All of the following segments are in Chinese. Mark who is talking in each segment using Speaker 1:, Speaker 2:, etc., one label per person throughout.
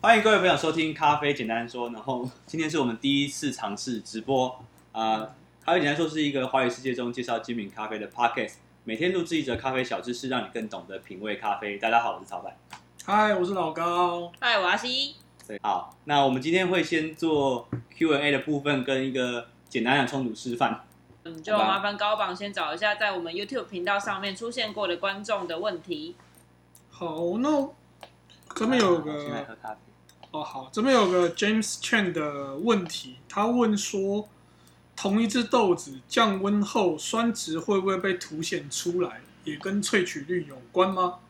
Speaker 1: 欢迎各位朋友收听《咖啡简单说》，然后今天是我们第一次尝试直播啊、呃咖啡简单说是一个华语世界中介绍精品咖啡的 podcast，每天录制一则咖啡小知识，让你更懂得品味咖啡。大家好，我是曹板。
Speaker 2: 嗨，我是老高。
Speaker 3: 嗨，我阿西。
Speaker 1: 对，好，那我们今天会先做 Q&A 的部分跟一个简单的冲突示范。
Speaker 3: 嗯，就
Speaker 1: 好吧
Speaker 3: 麻烦高榜先找一下在我们 YouTube 频道上面出现过的观众的问题。
Speaker 2: 好，那这边有
Speaker 1: 我先来
Speaker 2: 个
Speaker 1: 喝咖啡。
Speaker 2: 哦，好，这边有个 James Chen 的问题，他问说，同一只豆子降温后酸值会不会被凸显出来，也跟萃取率有关吗？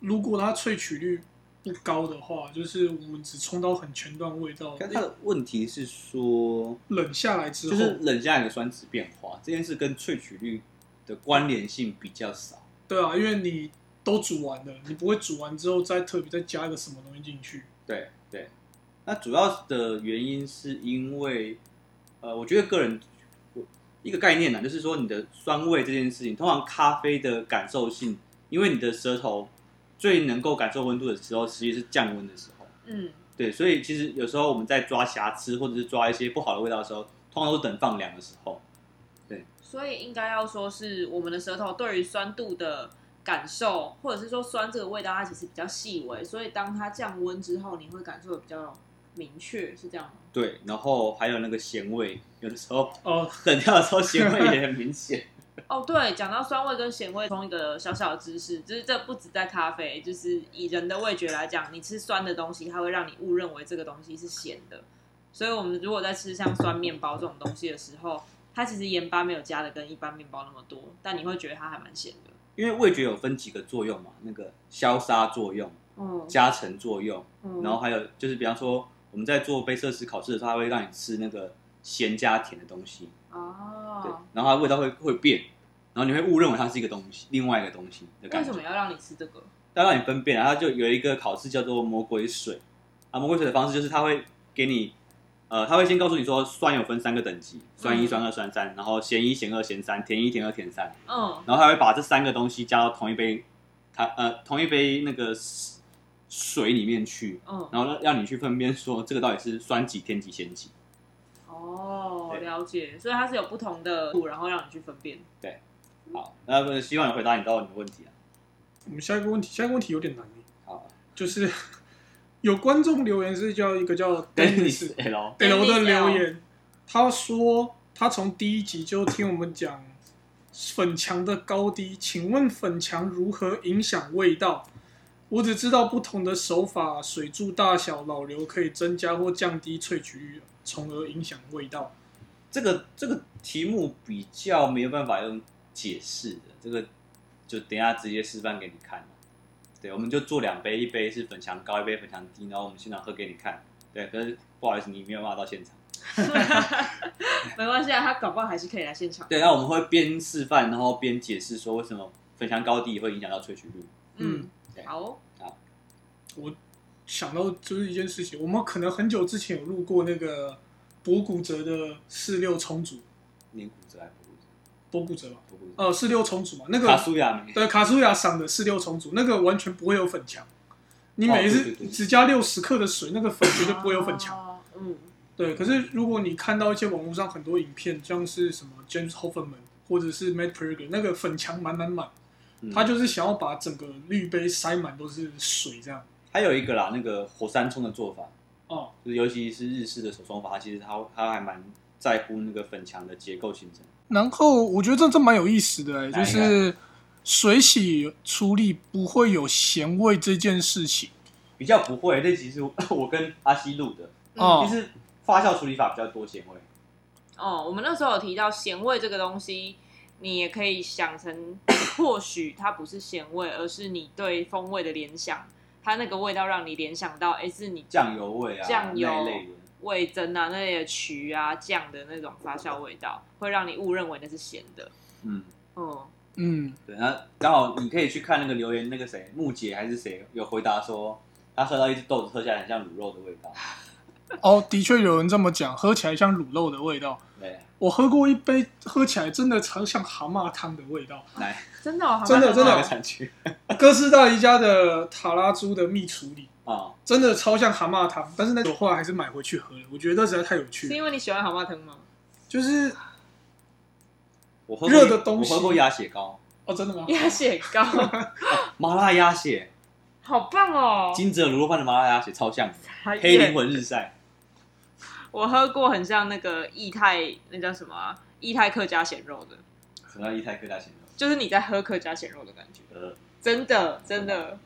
Speaker 2: 如果它萃取率不高的话，就是我们只冲到很前段味道，
Speaker 1: 刚他的问题是说，
Speaker 2: 冷下来之
Speaker 1: 就
Speaker 2: 后，
Speaker 1: 是冷下来的酸值变化这件事跟萃取率的关联性比较少。
Speaker 2: 对啊，因为你都煮完了，你不会煮完之后再特别再加一个什么东西进去。
Speaker 1: 对对，那主要的原因是因为，呃，我觉得个人我一个概念呢，就是说你的酸味这件事情，通常咖啡的感受性，因为你的舌头最能够感受温度的时候，其实是降温的时候。
Speaker 3: 嗯，
Speaker 1: 对，所以其实有时候我们在抓瑕疵或者是抓一些不好的味道的时候，通常都是等放凉的时候。
Speaker 3: 所以应该要说是我们的舌头对于酸度的感受，或者是说酸这个味道，它其实比较细微，所以当它降温之后，你会感受的比较明确，是这样吗？
Speaker 1: 对，然后还有那个咸味，有的时候
Speaker 2: 哦，
Speaker 1: 冷掉的时候咸味也很明显。
Speaker 3: 哦，对，讲到酸味跟咸味，从一个小小的知识，就是这不止在咖啡，就是以人的味觉来讲，你吃酸的东西，它会让你误认为这个东西是咸的。所以，我们如果在吃像酸面包这种东西的时候，它其实盐巴没有加的跟一般面包那么多，但你会觉得它还蛮咸的。
Speaker 1: 因为味觉有分几个作用嘛，那个消杀作用、
Speaker 3: 嗯，
Speaker 1: 加成作用，
Speaker 3: 嗯
Speaker 1: 然后还有就是，比方说我们在做杯测试考试的时候，它会让你吃那个咸加甜的东西，对
Speaker 3: 哦，，
Speaker 1: 然后它味道会会变，然后你会误认为它是一个东西，另外一个东西的
Speaker 3: 为
Speaker 1: 感
Speaker 3: 什么
Speaker 1: 觉，
Speaker 3: 要让你吃这个？
Speaker 1: 要让你分辨啊。它就有一个考试叫做魔鬼水，啊，魔鬼水的方式就是它会给你，呃，它会先告诉你说酸有分三个等级，酸一、
Speaker 3: 嗯
Speaker 1: 酸二、酸三，然后咸一、咸二、咸三，甜一、甜二、甜三，
Speaker 3: 嗯，
Speaker 1: 然后他会把这三个东西加到同一杯，它呃同一杯那个水里面去，
Speaker 3: 嗯
Speaker 1: 然后让让你去分辨说这个到底是酸几、甜几、咸几。
Speaker 3: 哦，
Speaker 1: 对
Speaker 3: 了解，所以它是有不同的度，然后让你去分辨。
Speaker 1: 好，那呃希望有回答你到你的问题啊。
Speaker 2: 我们下一个问题，下一个问题有点难欸耶
Speaker 1: 好，
Speaker 2: 就是有观众留言是叫一个叫
Speaker 1: 跟哎你是
Speaker 2: Dennis
Speaker 1: L，
Speaker 2: L 的
Speaker 3: Dennis
Speaker 2: 留言，他说他从第一集就听我们讲粉墙的高低，请问粉墙如何影响味道？我只知道不同的手法、水柱大小、老流可以增加或降低萃取率，从而影响味道。
Speaker 1: 这个这个题目比较没有办法用解释的，这个就等一下直接示范给你看。对，我们就做两杯，一杯是粉墙高，一杯粉墙低，然后我们现场喝给你看。对，可是不好意思，你没有办法到现场。
Speaker 3: 没关系啊，他搞不好还是可以来现场。
Speaker 1: 对，那我们会边示范，然后边解释说为什么粉墙高低会影响到萃取率。
Speaker 3: 嗯
Speaker 1: 对，
Speaker 3: 好哦，
Speaker 2: 想到就是一件事情，我们可能很久之前有录过那个博古哲的四六重组，
Speaker 1: 连骨折还不骨折，
Speaker 2: 博古哲吧，
Speaker 1: 不骨折。
Speaker 2: 呃，四六重组嘛，那个
Speaker 1: 卡苏亚梅，
Speaker 2: 对，卡苏亚赏的四六重组，那个完全不会有粉墙。你每
Speaker 1: 哦对
Speaker 2: 一次
Speaker 1: 对对
Speaker 2: 只加六十克的水，那个粉绝对不会有粉墙。
Speaker 3: 哦。嗯，
Speaker 2: 对，可是如果你看到一些网络上很多影片，像是什么 James Hoffman 或者是 Matt Perger，那个粉墙满满满，
Speaker 1: 嗯
Speaker 2: 他就是想要把整个滤杯塞满都是水这样。
Speaker 1: 还有一个啦，那个火山冲的做法，
Speaker 2: 哦，
Speaker 1: 就是尤其是日式的手冲法，它其实它它还蛮在乎那个粉墙的结构形成。
Speaker 2: 然后我觉得这这蛮有意思的、哎
Speaker 1: 哪
Speaker 2: 就
Speaker 1: 一个
Speaker 2: 是水洗处理不会有咸味这件事情。
Speaker 1: 比较不会，这集是我 跟阿西录的，
Speaker 2: 哦
Speaker 3: 嗯
Speaker 1: 其实发酵处理法比较多咸味。
Speaker 3: 哦，我们那时候有提到咸味这个东西，你也可以想成，或许它不是咸味，而是你对风味的联想，它那个味道让你联想到，哎，是你
Speaker 1: 酱油味啊，
Speaker 3: 酱油
Speaker 1: 那一类的。
Speaker 3: 味增啊、那类的曲啊、酱的那种发酵味道，会让你误认为那是咸的。
Speaker 1: 嗯，
Speaker 3: 嗯，
Speaker 2: 嗯，
Speaker 1: 对，那刚好你可以去看那个留言，那个谁木姐还是谁有回答说，他喝到一只豆子，喝起来很像卤肉的味道。
Speaker 2: 哦，的确有人这么讲，喝起来像卤肉的味道。
Speaker 1: 对，
Speaker 2: 我喝过一杯，喝起来真的超像蛤蟆汤的味道。啊
Speaker 1: 来，
Speaker 3: 真的、哦，
Speaker 2: 真的
Speaker 3: 好像
Speaker 2: 真的
Speaker 1: 哪个产区？
Speaker 2: 哥斯达黎加的塔拉猪的蜜处理，
Speaker 1: 啊，
Speaker 2: 真的超像蛤蟆汤，但是那个后来还是买回去喝了，我觉得实在太有趣
Speaker 3: 是
Speaker 2: 了。
Speaker 3: 因为你喜欢蛤蟆藤吗？
Speaker 2: 就是
Speaker 1: 我喝过
Speaker 2: 热的东西
Speaker 1: 我喝过鸭血糕，
Speaker 2: 哦，真的 吗？
Speaker 3: 鸭血糕，
Speaker 1: 麻辣鸭血，
Speaker 3: 好棒哦！
Speaker 1: 金泽卤肉饭的麻辣鸭血超像的，
Speaker 3: 还
Speaker 1: 黑灵魂日晒，
Speaker 3: 我喝过很像那个液态，那叫什么啊、液态客家咸肉的，
Speaker 1: 什么叫一泰客家咸肉？
Speaker 3: 就是你在喝客家咸肉的感觉，
Speaker 1: 呃，
Speaker 3: 真的真的，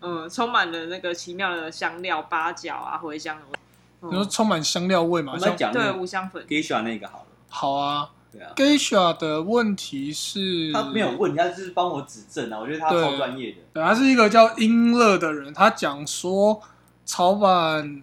Speaker 3: 嗯，充满了那个奇妙的香料、八角啊、茴香的味，
Speaker 2: 你说
Speaker 3: 嗯、
Speaker 2: 充满香料味
Speaker 1: 我
Speaker 2: 嘛？
Speaker 1: 们
Speaker 2: 像
Speaker 1: 来讲
Speaker 3: 对
Speaker 1: 那
Speaker 3: 五
Speaker 1: 个
Speaker 3: 香粉，
Speaker 1: geisha 那个好了，
Speaker 2: 好啊
Speaker 1: 对啊，
Speaker 2: ，Geisha 的问题是，
Speaker 1: 他没有问，他就是帮我指正啊，我觉得他
Speaker 2: 嗯对
Speaker 1: 超专业的。
Speaker 2: 对，他是一个叫英乐的人，他讲说曹板，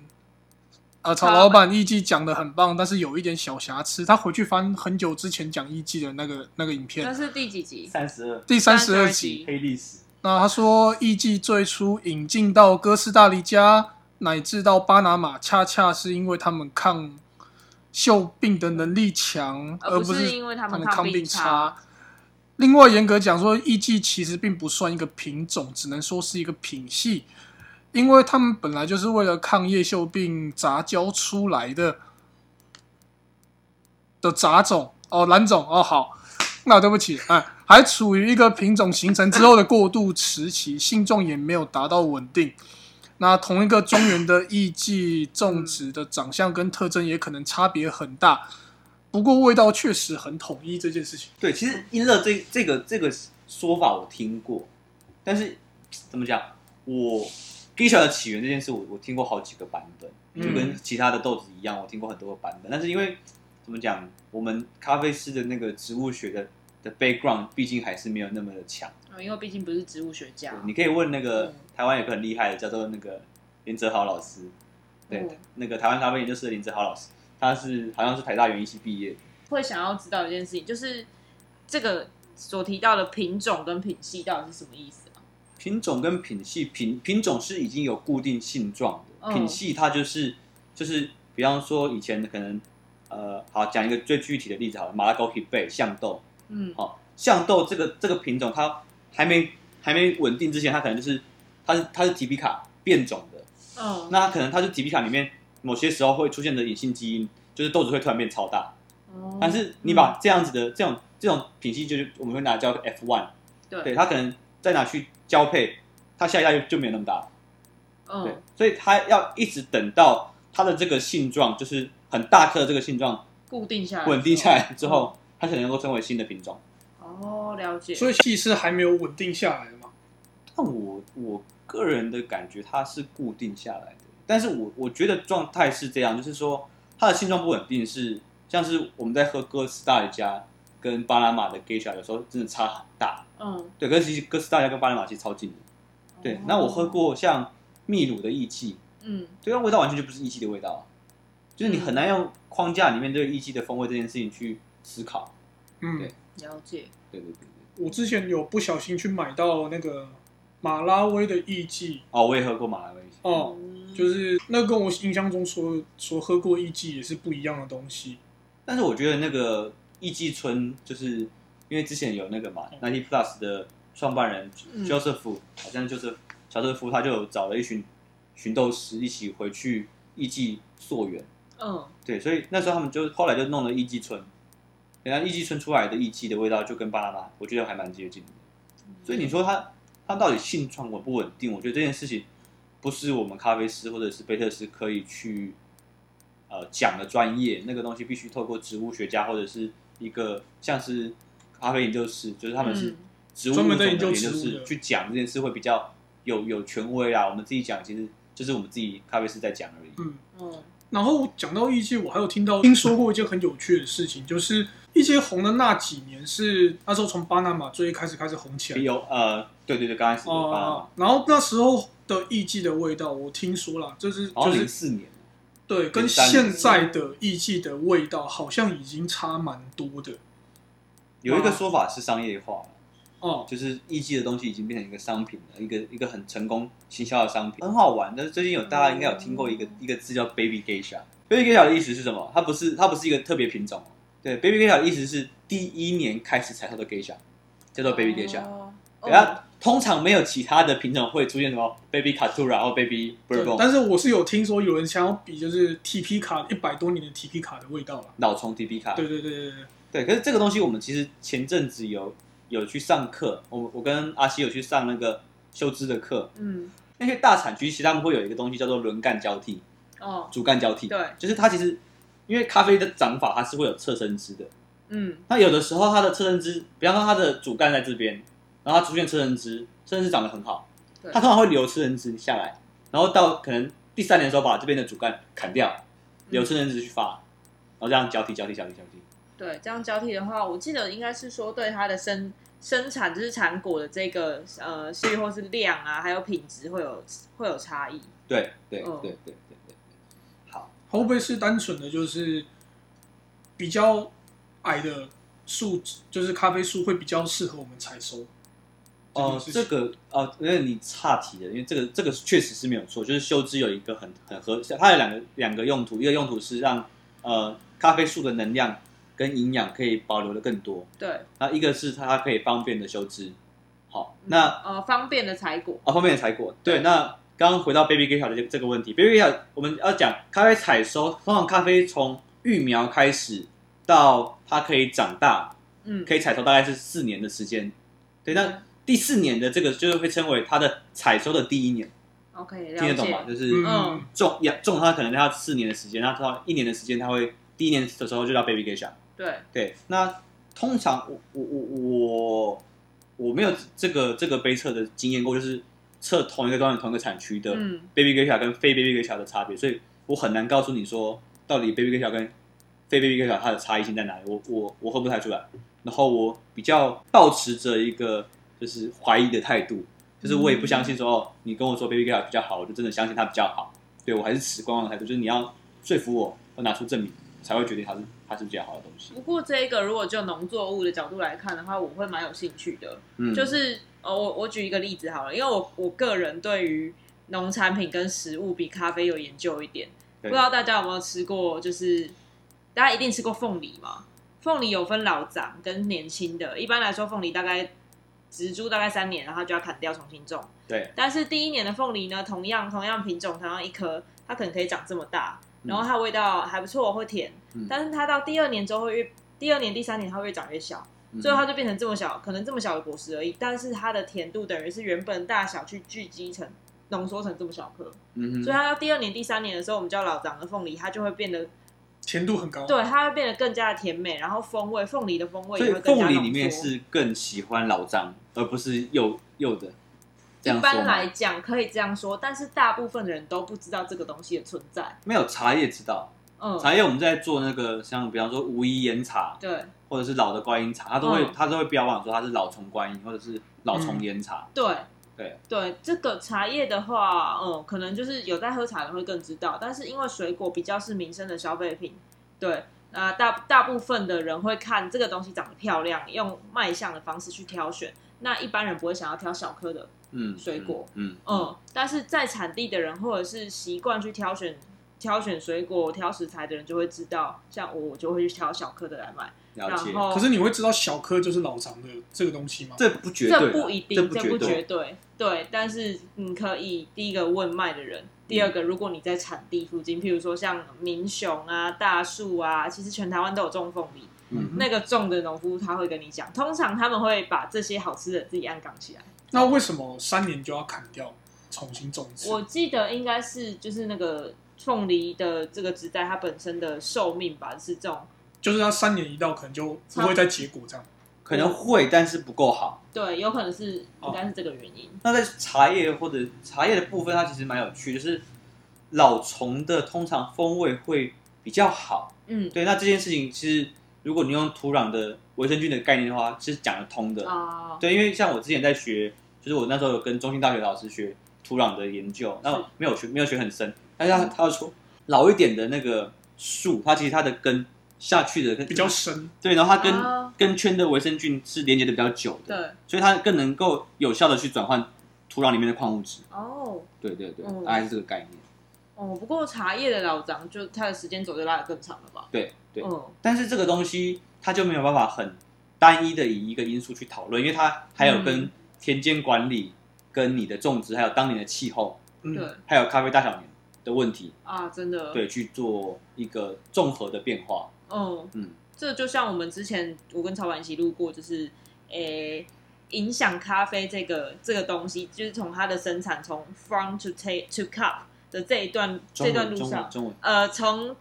Speaker 2: 呃，曹老板艺伎讲的很棒，但是有一点小瑕疵。他回去翻很久之前讲艺伎的那个那个影
Speaker 3: 那
Speaker 2: 片，
Speaker 3: 是第几集？
Speaker 1: 三十二
Speaker 2: 第三十二
Speaker 3: 32
Speaker 2: 集。
Speaker 1: 黑历史，
Speaker 2: 那他说艺伎最初引进到哥斯达黎加乃至到巴拿马，恰恰是因为他们抗锈病的能力强，
Speaker 1: 呃
Speaker 3: 而
Speaker 2: 而
Speaker 3: 哦不
Speaker 2: 是
Speaker 3: 是因为他
Speaker 2: 他
Speaker 3: 们
Speaker 2: 们
Speaker 3: 抗
Speaker 2: 抗病
Speaker 3: 差。
Speaker 2: 差。另外，严格讲说，艺伎其实并不算一个品种，只能说是一个品系，因为他们本来就是为了抗叶锈病杂交出来的的杂种哦，蓝种哦，好，那对不起，哎，还处于一个品种形成之后的过渡时期，性状也没有达到稳定。那同一个庄园的艺伎种植的长相跟特征也可能差别很大，不过味道确实很统一这件事情。
Speaker 1: 对，其实英乐这这个这个说法我听过，但是怎么讲，我 geisha 的起源这件事我，我听过好几个版本，就跟其他的豆子一样，我听过很多个版本。但是因为怎么讲，我们咖啡师的那个植物学的的 background 毕竟还是没有那么的强。
Speaker 3: 嗯因为毕竟不是植物学家
Speaker 1: 对，你可以问那个
Speaker 3: 嗯
Speaker 1: 台湾有个很厉害的，叫做那个林泽豪老师，对，
Speaker 3: 嗯
Speaker 1: 那个台湾咖啡研究室的林泽豪老师，他是好像是台大园艺系毕业的，
Speaker 3: 会想要知道一件事情，就是这个所提到的品种跟品系到底是什么意思啊？
Speaker 1: 品种跟品系，品品种是已经有固定性状的，
Speaker 3: 嗯
Speaker 1: 品系它就是就是，比方说以前可能呃，好讲一个最具体的例子好了，马拉高匹贝象豆，
Speaker 3: 嗯
Speaker 1: 好、象豆这个这个品种它还没还没稳定之前，它可能就是它是它是提比卡变种的，
Speaker 3: 嗯
Speaker 1: 那它可能它是提比卡里面某些时候会出现的隐性基因，就是豆子会突然变超大，
Speaker 3: 哦
Speaker 1: 但是你把这样子的、这种这种品系，就是我们会拿叫 F one，
Speaker 3: 对
Speaker 1: 对，它可能再拿去交配，它下一代就就没有那么大了，对
Speaker 3: 嗯，
Speaker 1: 所以它要一直等到它的这个性状，就是很大颗的这个性状
Speaker 3: 固定下来，
Speaker 1: 稳定下来之后，它才能够成为新的品种。
Speaker 3: 哦，了解。
Speaker 2: 所以戏是还没有稳定下来的嘛？
Speaker 1: 但我我个人的感觉，它是固定下来的，但是我我觉得状态是这样，就是说它的性状不稳定是，像是我们在喝哥斯达黎加跟巴拿马的 geisha 有时候真的差很大。
Speaker 3: 嗯，
Speaker 1: 对，可是其实哥斯达黎加跟巴拿马其实超近的。
Speaker 3: 哦
Speaker 1: 对，那我喝，过像秘鲁的意气，
Speaker 3: 嗯，
Speaker 1: 对，那味道完全就不是意气的味道啊，就是你很难用框架里面对意气的风味这件事情去思考。
Speaker 2: 嗯
Speaker 1: 对，
Speaker 3: 了解。
Speaker 1: 对对对对，
Speaker 2: 我之前有不小心去买到那个马拉威的艺伎
Speaker 1: 哦，我也喝过马来威士忌，
Speaker 2: 哦，
Speaker 3: 嗯
Speaker 2: 就是那跟我印象中所所喝过艺伎也是不一样的东西。
Speaker 1: 但是我觉得那个意气村，就是因为之前有那个嘛
Speaker 2: 嗯
Speaker 1: ，Ninety Plus 的创办人
Speaker 3: 嗯
Speaker 1: Joseph，、好像就是乔瑟夫，他就有找了一群寻豆师一起回去艺伎溯源。
Speaker 3: 嗯，
Speaker 1: 对，所以那时候他们就后来就弄了艺妓村，人家艺妓村出来的艺妓的味道就跟巴拿马，我觉得还蛮接近的。所以你说它它到底性状稳不稳定？我觉得这件事情不是我们咖啡师或者是贝特斯可以去呃讲的专业，那个东西必须透过植物学家或者是一个像是咖啡研究室，就是他们是
Speaker 3: 嗯
Speaker 1: 植物物
Speaker 2: 专
Speaker 1: 种
Speaker 2: 门
Speaker 1: 的
Speaker 2: 在
Speaker 1: 研
Speaker 2: 研究
Speaker 1: 究
Speaker 2: 植物
Speaker 1: 室
Speaker 2: 的
Speaker 1: 去讲这件事会比较有有权威啊。我们自己讲其实就是我们自己咖啡师在讲而已。
Speaker 2: 嗯，
Speaker 3: 嗯，
Speaker 2: 然后讲到艺伎，我还有听到听说过一件很有趣的事情，就是艺伎红的那几年是那时候从巴拿马最一开始开始红起来的，
Speaker 1: 有呃，对对对，刚开始的巴拿马。
Speaker 2: 哦，然后那时候的艺伎的味道，我听说了，就是
Speaker 1: 好
Speaker 2: 就
Speaker 1: 像零
Speaker 2: 是
Speaker 1: 四年，
Speaker 2: 对，跟
Speaker 1: 三年
Speaker 2: 现在的艺伎的味道好像已经差蛮多的
Speaker 1: 有一个说法是商业化，
Speaker 2: 哦。
Speaker 1: 就是艺伎的东西已经变成一个商品了，一个一个很成功行销的商品，很好玩。但是最近有大家应该有听过
Speaker 2: 哦
Speaker 1: 一个一个字叫 baby geisha。baby geisha 的意思是什么？它不是它不是一个特别品种，哦对，baby geisha 的意思是第一年开始采收的 geisha，叫做 baby geisha。
Speaker 3: 哦
Speaker 1: 等下，通常没有其他的品种会出现什么 baby catura 或 baby
Speaker 2: 对
Speaker 1: bourbon
Speaker 2: 但是我是有听说有人想要比就是 TP 卡一百多年的 TP 卡的味道啦。
Speaker 1: 老虫 DB 卡。
Speaker 2: 对对对对对，
Speaker 1: 对，可是这个东西我们其实前阵子有有去上课，我我跟阿西有去上那个修枝的课。
Speaker 3: 嗯，
Speaker 1: 那些大产区其实他们会有一个东西叫做轮干交替、
Speaker 3: 哦，
Speaker 1: 主干交替，
Speaker 3: 对，
Speaker 1: 就是它其实因为咖啡的长法它是会有侧身枝的，
Speaker 3: 嗯，
Speaker 1: 那有的时候它的侧身枝，比方说它的主干在这边，然后它出现侧身枝，侧身枝长得很好，
Speaker 3: 对
Speaker 1: 它通常会留侧身枝下来，然后到可能第三年的时候把这边的主干砍掉，
Speaker 3: 嗯
Speaker 1: 留侧身枝去发，然后这样交替交替交替交替。
Speaker 3: 对，这样交替的话，我记得应该是说对它的生生产就是产果的这个呃效率或是量啊，还有品质会有会有差异。
Speaker 1: 对对对
Speaker 3: 嗯
Speaker 1: 对对对，好，
Speaker 2: 会不会是单纯的就是比较矮的树，就是咖啡树会比较适合我们采收？
Speaker 1: 哦，这个哦，因为你岔题了，因为这个这个确实是没有错，就是修枝有一个很很合，它有两个两个用途，一个用途是让呃咖啡树的能量跟营养可以保留的更多，
Speaker 3: 对，
Speaker 1: 那一个是它可以方便的修枝，好，
Speaker 3: 嗯
Speaker 1: 那
Speaker 3: 呃方便的采果，
Speaker 1: 啊方便的采果，对，那刚刚回到 baby g a t 的这这个问题，baby g a t 我们要讲咖啡采收，通常咖啡从育苗开始到它可以长大，
Speaker 3: 嗯，
Speaker 1: 可以采收大概是四年的时间。对，那第四年的这个就是会称为它的采收的第一年，
Speaker 3: OK，
Speaker 1: 听得
Speaker 3: 了
Speaker 1: 懂吧？
Speaker 3: 解，
Speaker 1: 就是
Speaker 3: 嗯
Speaker 1: 种呀种它可能要四年的时间，那它一年的时间它会第一年的时候就叫 baby geisha。
Speaker 3: 对，
Speaker 1: 对，那通常我我我我我没有这个这个杯测的经验过，就是测同一个庄园同一个产区的
Speaker 3: 嗯
Speaker 1: baby geisha 跟非 baby geisha 的差别，所以我很难告诉你说到底 baby geisha 跟非 baby geisha 它的差异性在哪里，我我我喝不太出来。然后我比较保持着一个就是怀疑的态度，就是我也不相信说、哦，你跟我说 baby geisha 比较好，我就真的相信它比较好。对我还是持观望的态度，就是你要说服我，要拿出证明，才会决定它是它是比较好的东西。
Speaker 3: 不过这个如果就农作物的角度来看的话，我会蛮有兴趣的。
Speaker 1: 嗯，
Speaker 3: 就是呃，我我举一个例子好了，因为我我个人对于农产品跟食物比咖啡有研究一点，不
Speaker 1: 对
Speaker 3: 知道大家有没有吃过？就是大家一定吃过凤梨嘛？凤梨有分老长跟年轻的，一般来说凤梨大概植株大概三年，然后就要砍掉重新种。
Speaker 1: 对，
Speaker 3: 但是第一年的凤梨呢，同样同样品种，同样一颗，它可能可以长这么大，
Speaker 1: 嗯
Speaker 3: 然后它味道还不错，会甜。
Speaker 1: 嗯
Speaker 3: 但是它到第二年之后会越，第二年、第三年它会越长越小，
Speaker 1: 嗯
Speaker 3: 最后它就变成这么小，可能这么小的果实而已。但是它的甜度等于是原本大小去聚积成浓缩成这么小颗，
Speaker 1: 嗯
Speaker 3: 所以
Speaker 1: 哼，
Speaker 3: 它到第二年、第三年的时候，我们叫老长的凤梨，它就会变得
Speaker 2: 甜度很高。
Speaker 3: 对，它会变得更加的甜美，然后风味，凤梨的风味
Speaker 1: 所
Speaker 3: 也
Speaker 1: 以
Speaker 3: 会更加
Speaker 1: 凤
Speaker 3: 浓
Speaker 1: 梨里
Speaker 3: 缩。
Speaker 1: 面是更喜欢老张，而不是幼幼的。这
Speaker 3: 一
Speaker 1: 样说
Speaker 3: 般
Speaker 1: 吗
Speaker 3: 来讲可以这样说，但是大部分的人都不知道这个东西的存在。
Speaker 1: 没有茶叶知道，
Speaker 3: 嗯，
Speaker 1: 茶叶我们在做那个像比方说无衣岩茶，
Speaker 3: 对
Speaker 1: 或者是老的观音茶，它都会、
Speaker 3: 嗯
Speaker 1: 它都会标榜说它是老虫观音或者是老虫岩茶。
Speaker 3: 对
Speaker 1: 对
Speaker 3: 对，这个茶叶的话，嗯，可能就是有在喝茶的人会更知道，但是因为水果比较是民生的消费品，对，那大大部分的人会看这个东西长得漂亮，用卖相的方式去挑选。那一般人不会想要挑小颗的，
Speaker 1: 嗯，
Speaker 3: 水果
Speaker 1: 嗯，嗯
Speaker 3: 嗯，但是在产地的人或者是习惯去挑选挑选水果、挑食材的人就会知道，像我，我就会去挑小颗的来买。
Speaker 1: 了解
Speaker 3: 然。后
Speaker 2: 可是你会知道小颗就是老长的这个东西吗？
Speaker 1: 这不绝对啊，
Speaker 3: 这不一定，
Speaker 1: 不
Speaker 3: 这
Speaker 1: 绝
Speaker 3: 不绝。对，对。但是你可以第一个问卖的人，第
Speaker 1: 嗯
Speaker 3: 二个如果你在产地附近，譬如说像民雄啊、大树啊，其实全台湾都有种凤梨，
Speaker 1: 嗯
Speaker 3: 那个种的农夫他会跟你讲，通常他们会把这些好吃的自己按杠起来。
Speaker 2: 那为什么三年就要砍掉，重新种植？
Speaker 3: 我记得应该是就是那个凤梨的这个植栽它本身的寿命吧，是这种
Speaker 2: 就是它三年一到，可能就不会再结果这样。
Speaker 1: 可能会，但是不够好。
Speaker 3: 对，有可能是
Speaker 2: 哦
Speaker 3: 应该是这个原因。
Speaker 1: 那在茶叶或者茶叶的部分，它其实蛮有趣，就是老虫的通常风味会比较好。
Speaker 3: 嗯
Speaker 1: 对，那这件事情其实如果你用土壤的维生菌的概念的话，是讲得通的。
Speaker 3: 啊，
Speaker 1: 对，因为像我之前在学，就是我那时候有跟中兴大学老师学土壤的研究，那我没有学没有学很深，但是
Speaker 3: 嗯
Speaker 1: 他他说老一点的那个树，它其实它的根下去的跟
Speaker 2: 比较深，
Speaker 1: 对，然后它跟、
Speaker 3: 啊
Speaker 1: 根圈的维生菌是连接的比较久的，
Speaker 3: 对
Speaker 1: 所以它更能够有效的去转换土壤里面的矿物质。
Speaker 3: 哦。
Speaker 1: 对对对，
Speaker 3: 嗯
Speaker 1: 大概是这个概念。
Speaker 3: 哦，不过茶叶的老张就它的时间轴就拉得更长了吧？
Speaker 1: 对对，
Speaker 3: 嗯，
Speaker 1: 但是这个东西它就没有办法很单一的以一个因素去讨论，因为它还有跟
Speaker 3: 嗯
Speaker 1: 田间管理跟你的种植，还有当年的气候，
Speaker 2: 嗯，
Speaker 3: 对
Speaker 1: 还有咖啡大小年的问题，
Speaker 3: 啊，真的，，
Speaker 1: 对，去做一个综合的变化。
Speaker 3: 嗯，
Speaker 1: 嗯，
Speaker 3: 这就像我们之前我跟曹婉一起录过，就是诶、影响咖啡这个这个东西，就是从它的生产从 farm to take to cup 的这一段这
Speaker 1: 中
Speaker 3: 段
Speaker 1: 文
Speaker 3: 路
Speaker 1: 中
Speaker 3: 上
Speaker 1: 文，中文，
Speaker 3: 呃，从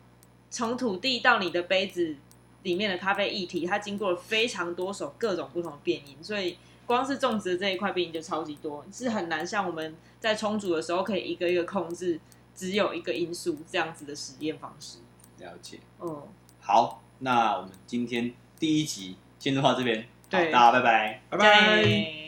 Speaker 3: 从土地到你的杯子里面的咖啡液体，它经过了非常多首各种不同的变音，所以光是种植的这一块变音就超级多，是很难像我们在冲煮的时候可以一个一个控制只有一个因素这样子的实验方式。
Speaker 1: 了解。
Speaker 3: 嗯，
Speaker 1: 好，那我们今天第一集先录到这边，好
Speaker 3: 对
Speaker 1: 大家拜拜。
Speaker 2: 拜拜。
Speaker 3: 对